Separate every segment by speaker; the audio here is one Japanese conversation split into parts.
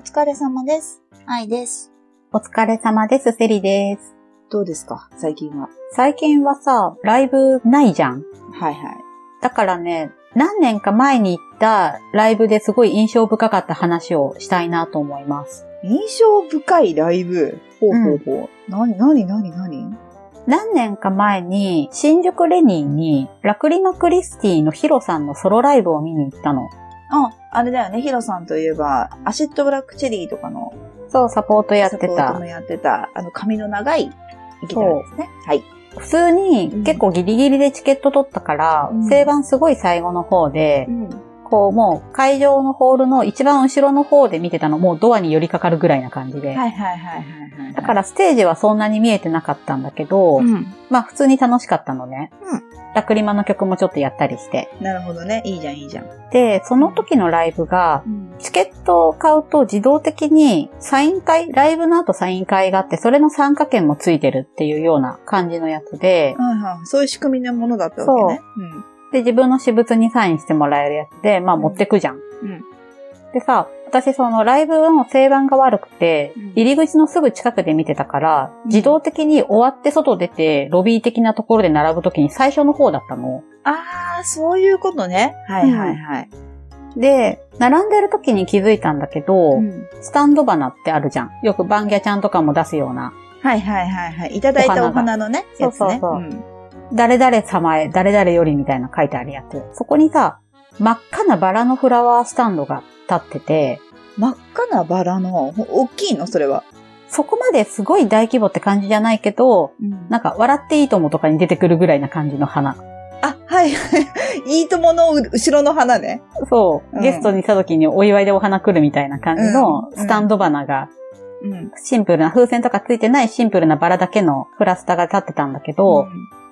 Speaker 1: 疲れ様です。愛です。
Speaker 2: お疲れ様です、セリです。
Speaker 3: どうですか最近は。
Speaker 2: 最近はさ、ライブないじゃん。
Speaker 3: はいはい。
Speaker 2: だからね、何年か前に行ったライブですごい印象深かった話をしたいなと思います。
Speaker 3: 印象深いライブ。ほうほうほう。なになになになに
Speaker 2: 何年か前に、新宿レニーに、ラクリマクリスティのヒロさんのソロライブを見に行ったの。
Speaker 3: あ、あれだよね。ヒロさんといえば、アシッドブラックチェリーとかの
Speaker 2: そう、サポートやって
Speaker 3: サポート
Speaker 2: た
Speaker 3: も。やってた、あの髪の長いギターですね。はい。
Speaker 2: 普通に
Speaker 3: うん
Speaker 2: 結構ギリギリでチケット取ったから、
Speaker 3: うん
Speaker 2: 正盤すごい最後の方で、
Speaker 3: ん。
Speaker 2: こうもう会場のホールの一番後ろの方で見てたの、もうドアに寄りかかるぐらいな感じで。
Speaker 3: はいはいはいはいはい。
Speaker 2: だからステージはそんなに見えてなかったんだけど、
Speaker 3: うん。
Speaker 2: まあ普通に楽しかったのね。
Speaker 3: うん
Speaker 2: ラクリマの曲もちょっとやったりして。
Speaker 3: なるほどね。いいじゃんいいじゃん。
Speaker 2: で、その時のライブが、
Speaker 3: うん。
Speaker 2: チケットを買うと自動的にサイン会、ライブの後サイン会があって、それの参加券もついてるっていうような感じのやつで、
Speaker 3: はいはい。そういう仕組みのものだったわけね。
Speaker 2: で、自分の私物にサインしてもらえるやつで、まあ持ってくじゃん。
Speaker 3: うん
Speaker 2: でさ、私そのライブの正番が悪くて
Speaker 3: うん、
Speaker 2: 入り口のすぐ近くで見てたから、
Speaker 3: うん
Speaker 2: 自動的に終わって外出て、ロビー的なところで並ぶときに最初の方だったの。
Speaker 3: うん。あー、そういうことね。はいはいはい。
Speaker 2: で、並んでるときに気づいたんだけど、
Speaker 3: うん
Speaker 2: スタンド花ってあるじゃん。よくバンギャちゃんとかも出すような。
Speaker 3: はいはいはいはい。いただいたお花のね、
Speaker 2: お花が
Speaker 3: やつね。
Speaker 2: そうそうそうん誰々様へ、誰々よりみたいな書いてあるやつ。そこにさ、真っ赤なバラのフラワースタンドが立ってて、
Speaker 3: 真っ赤なバラの、ほ大きいのそれは。
Speaker 2: そこまですごい大規模って感じじゃないけど、なんか、笑っていいともとかに出てくるぐらいな感じの花。
Speaker 3: あ、はいはい。いいとものう後ろの花ね。
Speaker 2: そう、
Speaker 3: うん
Speaker 2: ゲストに来た時にお祝いでお花来るみたいな感じの
Speaker 3: うん
Speaker 2: スタンド花が、
Speaker 3: うん。
Speaker 2: シンプルな風船とかついてないシンプルなバラだけのクラスターが立ってたんだけど、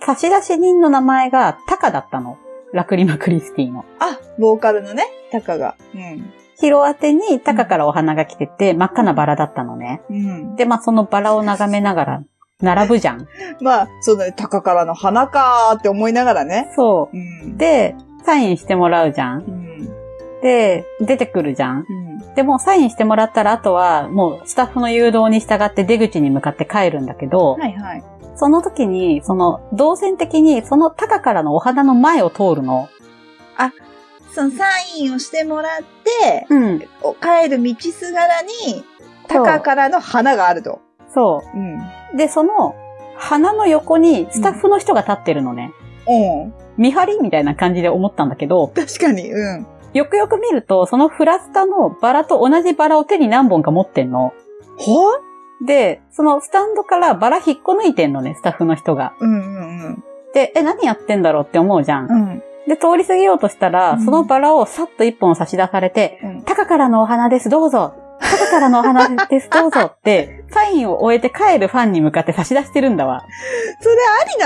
Speaker 2: 差出人の名前がタカだったの。ラクリマクリスティの。
Speaker 3: あ、ボーカルのね、タカが。うん。
Speaker 2: 広宛てにタカからお花が来てて、真っ赤なバラだったのね。
Speaker 3: うん。
Speaker 2: で、まあそのバラを眺めながら並ぶじゃん。
Speaker 3: まあ、その、タカからの花かーって思いながらね。
Speaker 2: そうう。
Speaker 3: ん。
Speaker 2: で、サインしてもらうじゃん。
Speaker 3: うん。
Speaker 2: で、出てくるじゃん。
Speaker 3: うん。
Speaker 2: で、もうサインしてもらったら、あとは、もうスタッフの誘導に従って出口に向かって帰るんだけど、
Speaker 3: はいはい。
Speaker 2: その時に、その、動線的に、その高からのお花の前を通るの。
Speaker 3: そのサインをしてもらって、
Speaker 2: うん。
Speaker 3: お帰る道すがらに、タカからの花があると。
Speaker 2: そ
Speaker 3: うん。
Speaker 2: う。で、その、花の横にスタッフの人が立ってるのね。
Speaker 3: うん。
Speaker 2: 見張りみたいな感じで思ったんだけど、
Speaker 3: 確かに、うん。
Speaker 2: よくよく見ると、そのフラスタのバラと同じバラを手に何本か持ってんの。
Speaker 3: ほ
Speaker 2: で、そのスタンドからバラ引っこ抜いてんのね、スタッフの人が。
Speaker 3: うんうんうん。
Speaker 2: で、え、何やってんだろうって思うじゃん。
Speaker 3: うん。
Speaker 2: で、通り過ぎようとしたら、
Speaker 3: うん
Speaker 2: そのバラをさっと一本差し出されて、
Speaker 3: うん。
Speaker 2: タカからのお花です、どうぞタカからのお花です、どうぞ って、サインを終えて帰るファンに向かって差し出してるんだわ。
Speaker 3: それ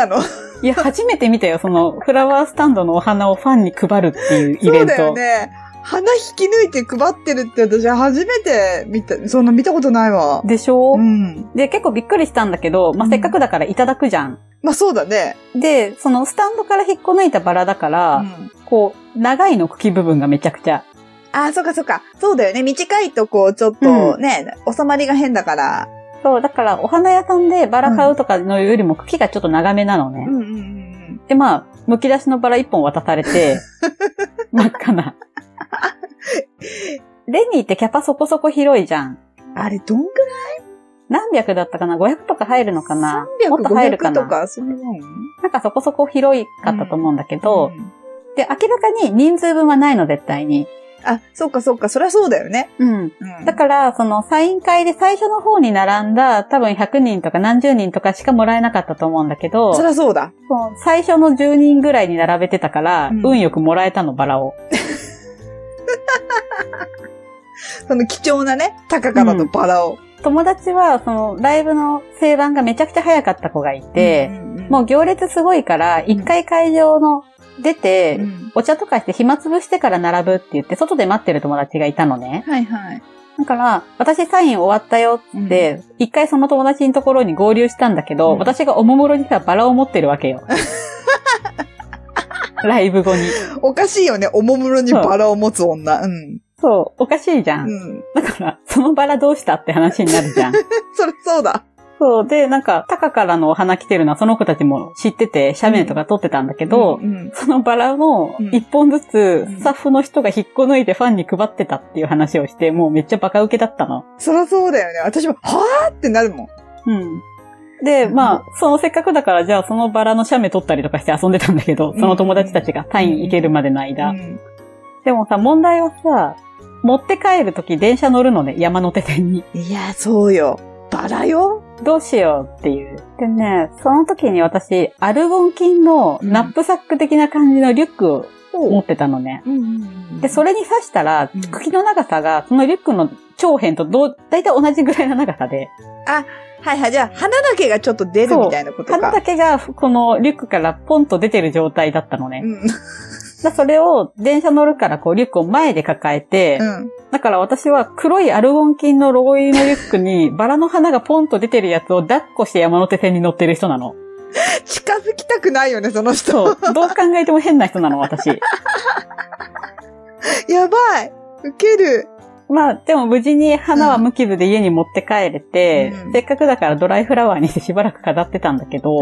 Speaker 3: ありなの
Speaker 2: いや、初めて見たよ、その、フラワースタンドのお花をファンに配るっていうイ
Speaker 3: そ
Speaker 2: ベ
Speaker 3: う
Speaker 2: ント。
Speaker 3: だよね。花引き抜いて配ってるって私初めて見た、そんな見たことないわ。
Speaker 2: でしょ、
Speaker 3: うん。
Speaker 2: で、結構びっくりしたんだけど、まあ、
Speaker 3: うん
Speaker 2: せっかくだからいただくじゃん。
Speaker 3: まあそうだね。
Speaker 2: で、そのスタンドから引っこ抜いたバラだから、
Speaker 3: うん
Speaker 2: こう、長いの茎部分がめちゃくちゃ。
Speaker 3: ああ、そっかそっか。そうだよね。短いとこう、ちょっとね、収まりが変だから。
Speaker 2: そう、だからお花屋さんでバラ買うとかのよりも茎がちょっと長めなのね。
Speaker 3: うんうんうん
Speaker 2: で、まあ、剥き出しのバラ一本渡され て、真っ赤な。レニーってキャパそこそこ広いじゃん。
Speaker 3: うん。あれ、どんぐらい
Speaker 2: 何百だったかな ?500 とか入るのかなもっと入るか
Speaker 3: ?300、500と
Speaker 2: な
Speaker 3: か、そんなもん
Speaker 2: なんかそこそこ広かったと思うんだけど、
Speaker 3: うん
Speaker 2: で、明らかに人数分はないの、絶対に。
Speaker 3: あ、そっかそっか。そりゃそうだよね。
Speaker 2: うん。
Speaker 3: うん。
Speaker 2: だから、その、サイン会で最初の方に並んだ、多分100人とか何十人とかしかもらえなかったと思うんだけど、
Speaker 3: そりゃそうだ。
Speaker 2: その最初の10人ぐらいに並べてたから、
Speaker 3: うん
Speaker 2: 運よくもらえたの、バラを。
Speaker 3: その貴重なね、高からのバラを。
Speaker 2: 友達は、その、ライブの正番がめちゃくちゃ早かった子がいて、もう
Speaker 3: う
Speaker 2: 行列すごいから、一回会場の出て、
Speaker 3: ん、うん
Speaker 2: お茶とかして暇つぶしてから並ぶって言って、外で待ってる友達がいたのね。
Speaker 3: はいはい。
Speaker 2: だから、私サイン終わったよ
Speaker 3: うん
Speaker 2: で、一回その友達のところに合流したんだけど、
Speaker 3: うん
Speaker 2: 私がおもむろにさ、バラを持ってるわけ よ。ライブ後に。
Speaker 3: おかしいよね、おもむろにバラを持つ女。うん。
Speaker 2: そう、おかしいじゃん。
Speaker 3: うん。
Speaker 2: だから、そのバラどうしたって話になるじゃん。
Speaker 3: それ、そうだ。
Speaker 2: そう、で、なんか、タカからのお花来てるのはその子たちも知ってて、写メとか撮ってたんだけど、
Speaker 3: うん。
Speaker 2: そのバラも
Speaker 3: うん
Speaker 2: 一本ずつ
Speaker 3: うん
Speaker 2: スタッフの人が引っこ抜いてファンに配ってたっていう話をして、もうめっちゃバカ受けだったの。
Speaker 3: そらそうだよね。私も、はぁってなるもん。
Speaker 2: うん。で、
Speaker 3: うん
Speaker 2: まあ、そのせっかくだから、じゃあそのバラの写メ撮ったりとかして遊んでたんだけど、その友達たちがタイン行けるまでの間。
Speaker 3: うん。
Speaker 2: でもさ、問題はさ、持って帰るとき電車乗るのね、山手線に。
Speaker 3: いや、そうよ。バラよ。
Speaker 2: どうしようっていう。でね、その時に私、アルゴン菌のナップサック的な感じのリュックを持ってたのね。
Speaker 3: うんうん
Speaker 2: で、そ
Speaker 3: れ、
Speaker 2: れに刺したら
Speaker 3: うん、
Speaker 2: 茎の長さが、そのリュックの長辺とどう、だいたい同じぐらいの長さで、
Speaker 3: はいはい。じゃあ、花だけがちょっと出るみたいなことか。
Speaker 2: 花だけが、このリュックからポンと出てる状態だったのね。
Speaker 3: うん。
Speaker 2: だそれを、電車乗るから、こう、リュックを前で抱えて、
Speaker 3: うん。
Speaker 2: だから私は黒いアルゴン菌のロゴ入りのリュックに、バラの花がポンと出てるやつを抱っこして山手線に乗ってる人なの。
Speaker 3: 近づきたくないよね、その
Speaker 2: そ
Speaker 3: 人
Speaker 2: う。。どう考えても変な人なの、私。
Speaker 3: やばい。ウケる。
Speaker 2: まあ、でも無事に花は無傷で家に持って帰れて、
Speaker 3: うん
Speaker 2: せっかくだからドライフラワーにしてしばらく飾ってたんだけ ど、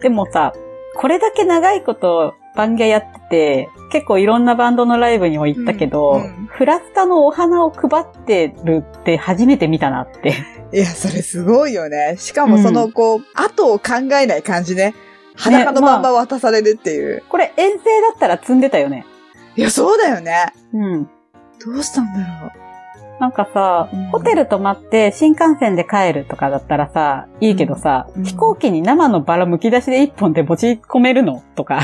Speaker 2: でもさ、これだけ長いことバンギャやってて、結構いろんなバンドのライブにも行ったけど、
Speaker 3: うんうん
Speaker 2: フラスタのお花を配ってるって初めて見たなって。
Speaker 3: いや、それすごいよね。しかもその、こう、後を考えない感じね。裸のまんま渡されるっていう。
Speaker 2: これ遠征だったら積んでたよね。
Speaker 3: いや、そうだよね。
Speaker 2: うん。
Speaker 3: どうしたんだろう。
Speaker 2: なんかさ、
Speaker 3: うん
Speaker 2: ホテル泊まって新幹線で帰るとかだったらさ、いいけどさ、
Speaker 3: うん
Speaker 2: 飛行機に生のバラ剥き出しで一本で持ち込めるのとか。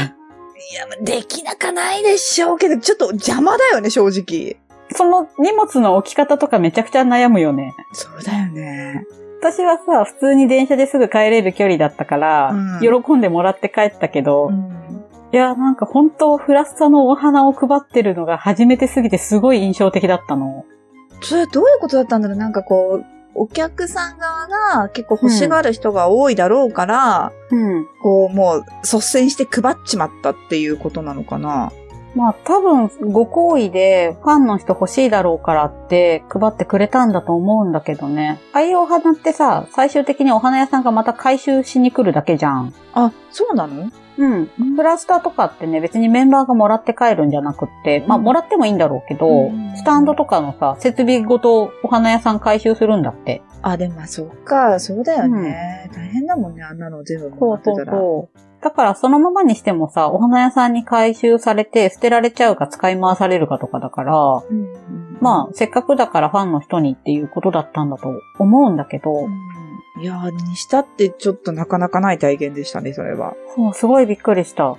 Speaker 3: いや、できなかないでしょうけど、ちょっと邪魔だよね、正直。
Speaker 2: その荷物の置き方とかめちゃくちゃ悩むよね。
Speaker 3: そうだよね。
Speaker 2: 私はさ、普通に電車ですぐ帰れる距離だったから、
Speaker 3: うん
Speaker 2: 喜んでもらって帰ったけど、
Speaker 3: うん。
Speaker 2: いや、なんか本当フラスタのお花を配ってるのが初めてすぎてすごい印象的だったの。
Speaker 3: それどういうことだったんだろうなんかこう、お客さん側が結構欲しがる人が多いだろうから、
Speaker 2: うん。
Speaker 3: こう、もう率先して配っちまったっていうことなのかな。
Speaker 2: まあ多分ご好意でファンの人欲しいだろうからって配ってくれたんだと思うんだけどね。ああいうお花ってさ、最終的にお花屋さんがまた回収しに来るだけじゃん。
Speaker 3: あ、そうなの
Speaker 2: うん。フラスターとかってね、別にメンバーがもらって帰るんじゃなくって、まあ、
Speaker 3: うん
Speaker 2: もらってもいいんだろうけど、
Speaker 3: うん
Speaker 2: スタンドとかのさ、設備ごとお花屋さん回収するんだって。
Speaker 3: あ、でもまあそっか、そうだよね。大変だもんね、あんなの全部もらってたら。
Speaker 2: う。だから、そのままにしてもさ、お花屋さんに回収されて、捨てられちゃうか使い回されるかとかだから、
Speaker 3: うんうん
Speaker 2: まあ、せっかくだからファンの人にっていうことだったんだと思うんだけど、
Speaker 3: うんいやー、にしたってちょっとなかなかない体験でしたね、それは。
Speaker 2: そう、すごいびっくりした。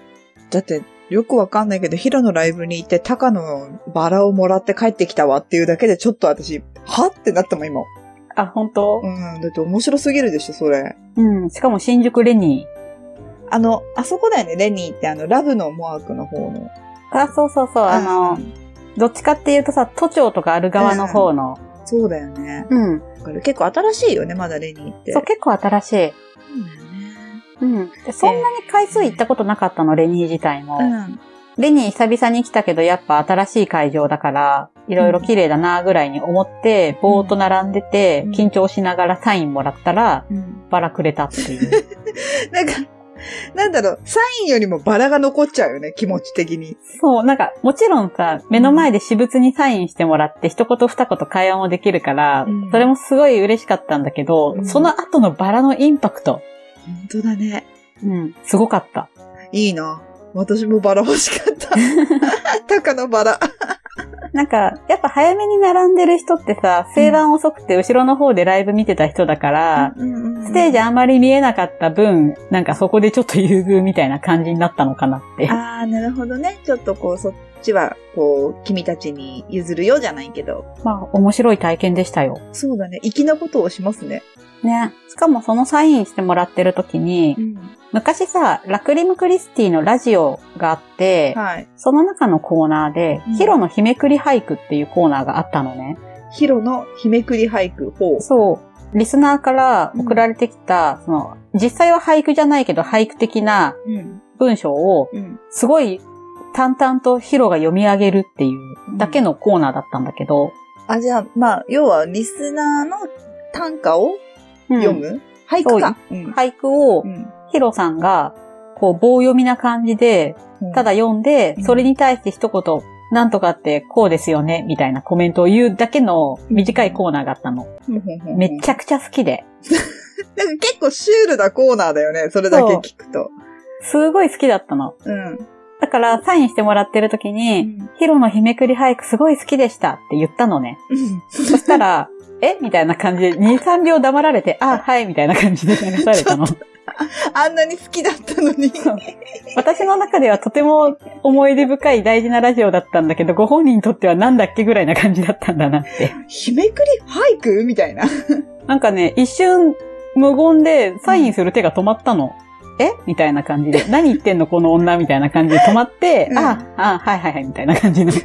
Speaker 3: だって、よくわかんないけど、ヒロのライブに行って、タカのバラをもらって帰ってきたわっていうだけで、ちょっと私、はってなったもん、今。
Speaker 2: あ、本当
Speaker 3: うん、だって面白すぎるでしょ、それ。
Speaker 2: うん。しかも新宿レニー。
Speaker 3: あの、あそこだよね、レニーって、あの、ラブのモアクの方の。
Speaker 2: あ、そうそうそう、あの、
Speaker 3: うん、
Speaker 2: どっちかっていうとさ、都庁とかある側の方の。
Speaker 3: そうだよね。
Speaker 2: うん。
Speaker 3: だから結構新しいよね、まだレニーって。
Speaker 2: そう、結構新しい。
Speaker 3: そうだよね。
Speaker 2: うん。でそんなに回数行ったことなかったの、レニー自体も。
Speaker 3: うん。
Speaker 2: レニー久々に来たけど、やっぱ新しい会場だから、いろいろ綺麗だなぐらいに思って、ぼーっと並んでて
Speaker 3: うん、
Speaker 2: 緊張しながらサインもらったら、
Speaker 3: うん、
Speaker 2: バラくれたっていう。
Speaker 3: なんか、なんだろう、サインよりもバラが残っちゃうよね、気持ち的に。
Speaker 2: そう、なんか、もちろんさ、目の前で私物にサインしてもらって、一言二言会話もできるから
Speaker 3: うん、
Speaker 2: それもすごい嬉しかったんだけど
Speaker 3: う、ん
Speaker 2: その後のバラのインパクト、
Speaker 3: 本当だね。
Speaker 2: うん、すごかった。
Speaker 3: いいな。私もバラ欲しか った。タカのバラ。
Speaker 2: なんか、やっぱ早めに並んでる人ってさ、整番遅くて後ろの方でライブ見てた人だから、ス
Speaker 3: ス
Speaker 2: テージあんまり見えなかった分、なんかそこでちょっと優遇みたいな感じになったのかなって。
Speaker 3: ああ、なるほどね。ちょっとこう、そっちは、こう、君たちに譲るよじゃないけど。
Speaker 2: まあ、面白い体験でしたよ。
Speaker 3: そうだね。粋なことをしますね。
Speaker 2: ね。しかもそのサインしてもらってる時に、
Speaker 3: ん。
Speaker 2: 昔さ、ラクリムクリスティのラジオがあって、
Speaker 3: はい。
Speaker 2: その中のコーナーで
Speaker 3: うん、
Speaker 2: ヒロの日めくり俳句っていうコーナーがあったのね。
Speaker 3: ヒロの日めくり俳句、ほう。
Speaker 2: そう。リスナーから送られてきた、その、実際は俳句じゃないけど俳句的な
Speaker 3: うん。
Speaker 2: 文章を
Speaker 3: うん。
Speaker 2: すごい淡々とヒロが読み上げるっていうだけのコーナーだったんだけど、
Speaker 3: あ、じゃあ、まあ、要は、リスナーの短歌を
Speaker 2: うん
Speaker 3: 読む、俳句か。うん
Speaker 2: 俳句を
Speaker 3: う、ん
Speaker 2: ヒロさんが、こう、棒読みな感じで、ただ、読んで
Speaker 3: う、ん
Speaker 2: それに対して一言、なんとかってこうですよね、みたいなコメントを言うだけの短いコーナーがあったの。めち
Speaker 3: ゃ。
Speaker 2: ゃくちゃ好きで。
Speaker 3: なんか結構シュールなコーナーだよね、それだけ聞くと。
Speaker 2: すごい好きだったの。
Speaker 3: うん。
Speaker 2: だから、サインしてもらってる時に、ヒロの日めくり俳句すごい好きでしたって言ったのね。そしたら、 えみたいな感じで、2、3秒黙られて、あ、はい、みたいな感じで流されたの。
Speaker 3: あんなに好きだったのに。
Speaker 2: そう私の中ではとても思い出深い大事なラジオだったんだけど、ご本人にとってはなんだっけぐらいな感じだったんだなって。
Speaker 3: 日めくり俳句みたいな。
Speaker 2: なんかね、一瞬無言でサインする手が止まったの。えみたいな感じ で。何言ってんのこの女みたいな感じで止まって、
Speaker 3: うん
Speaker 2: あ、あ、はいはいはい、みたいな感じ の。
Speaker 3: 考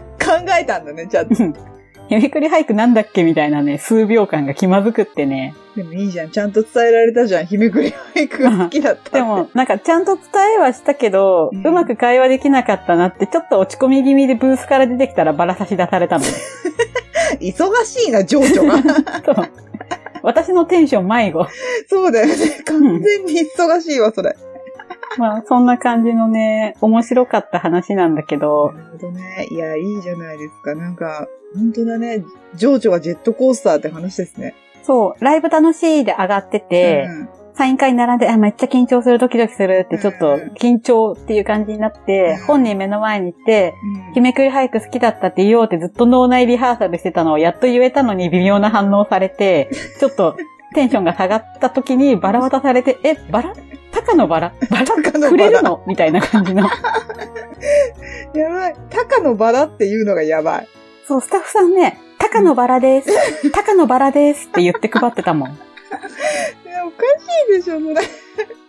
Speaker 3: えたんだね、ちゃんと。
Speaker 2: ゆめくり俳句なんだっけみたいなね、数秒間が気まずくってね。
Speaker 3: でもいいじゃん、ちゃんと伝えられたじゃん、日めくり俳句が好きだったって。
Speaker 2: でも、なんかちゃんと伝えはしたけど、
Speaker 3: う
Speaker 2: うんまく会話できなかったなって、ちょっと落ち込み気味でブースから出てきたらバラ差し出されたの。
Speaker 3: 忙しいな、情緒 が。
Speaker 2: そう。私のテンション迷子。
Speaker 3: そうだよね。完全に忙しいわ、それ。
Speaker 2: まあ、そんな感じのね、面白かった話なんだけど、
Speaker 3: なるほどね。いや、いいじゃないですか。なんか、本当だね。情緒がジェットコースターって話ですね。
Speaker 2: そう、ライブ楽しいで上がってて、
Speaker 3: うん
Speaker 2: サイン会並んで、あ、めっちゃ緊張する、ドキドキするって、ちょっと緊張っていう感じになって、
Speaker 3: うん
Speaker 2: 本人目の前に行って、
Speaker 3: うん
Speaker 2: 日めくり俳句好きだったって言おうってずっと脳内リハーサルしてたのをやっと言えたのに微妙な反応されて、ちょっとテンションが下がった時にバラ渡されて、え、バラ高のバラバラ
Speaker 3: 高のバラ
Speaker 2: くれるのみたいな感 じの。
Speaker 3: やばい。高のバラっていうのがやばい。
Speaker 2: そう、スタッフさんね、高のバラです。高のバラですって言って配ってたもん。
Speaker 3: いや、おかしいでしょ、それ。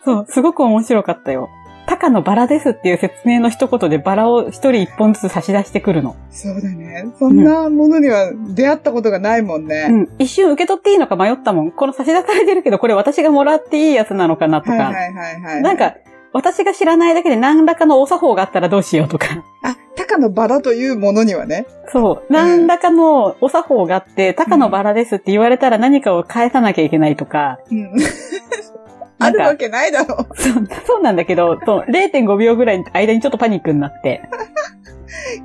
Speaker 2: そう、すごく面白かったよ。高のバラですっていう説明の一言でバラを一人一本ずつ差し出してくるの。
Speaker 3: そうだね。そんなものには出会ったことがないもん
Speaker 2: う
Speaker 3: ね。
Speaker 2: ん。一瞬受け取っていいのか迷ったもん。この差し出されてるけど、これ私がもらっていいやつなのかなと
Speaker 3: はい
Speaker 2: か。
Speaker 3: はいはいはい。
Speaker 2: なん、か、私が知らないだけで何らかのお作法があったらどうしよう とか。
Speaker 3: あ、高のバラというものにはね。
Speaker 2: そう。何らかのお作法があって、高のバラですって言われたら何かを返さなきゃいけないとか。
Speaker 3: うん。
Speaker 2: な
Speaker 3: あ
Speaker 2: ん
Speaker 3: る
Speaker 2: か
Speaker 3: わけないだろう。
Speaker 2: そう、そうなんだけど、そう、0.5秒ぐらいの間にちょっとパニックになって。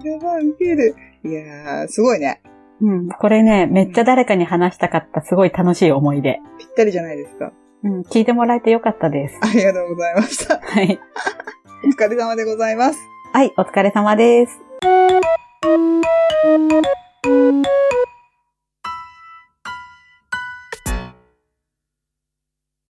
Speaker 3: やばい、ウケる。いやー、すごいね。
Speaker 2: うん。これね、めっちゃ誰かに話したかった、すごい楽しい思い出。
Speaker 3: ぴったりじゃないですか。
Speaker 2: うん。聞いてもらえてよかったです。
Speaker 3: ありがとうございました。
Speaker 2: はい。
Speaker 3: お疲れ様でございます。
Speaker 2: はい、お疲れ様です。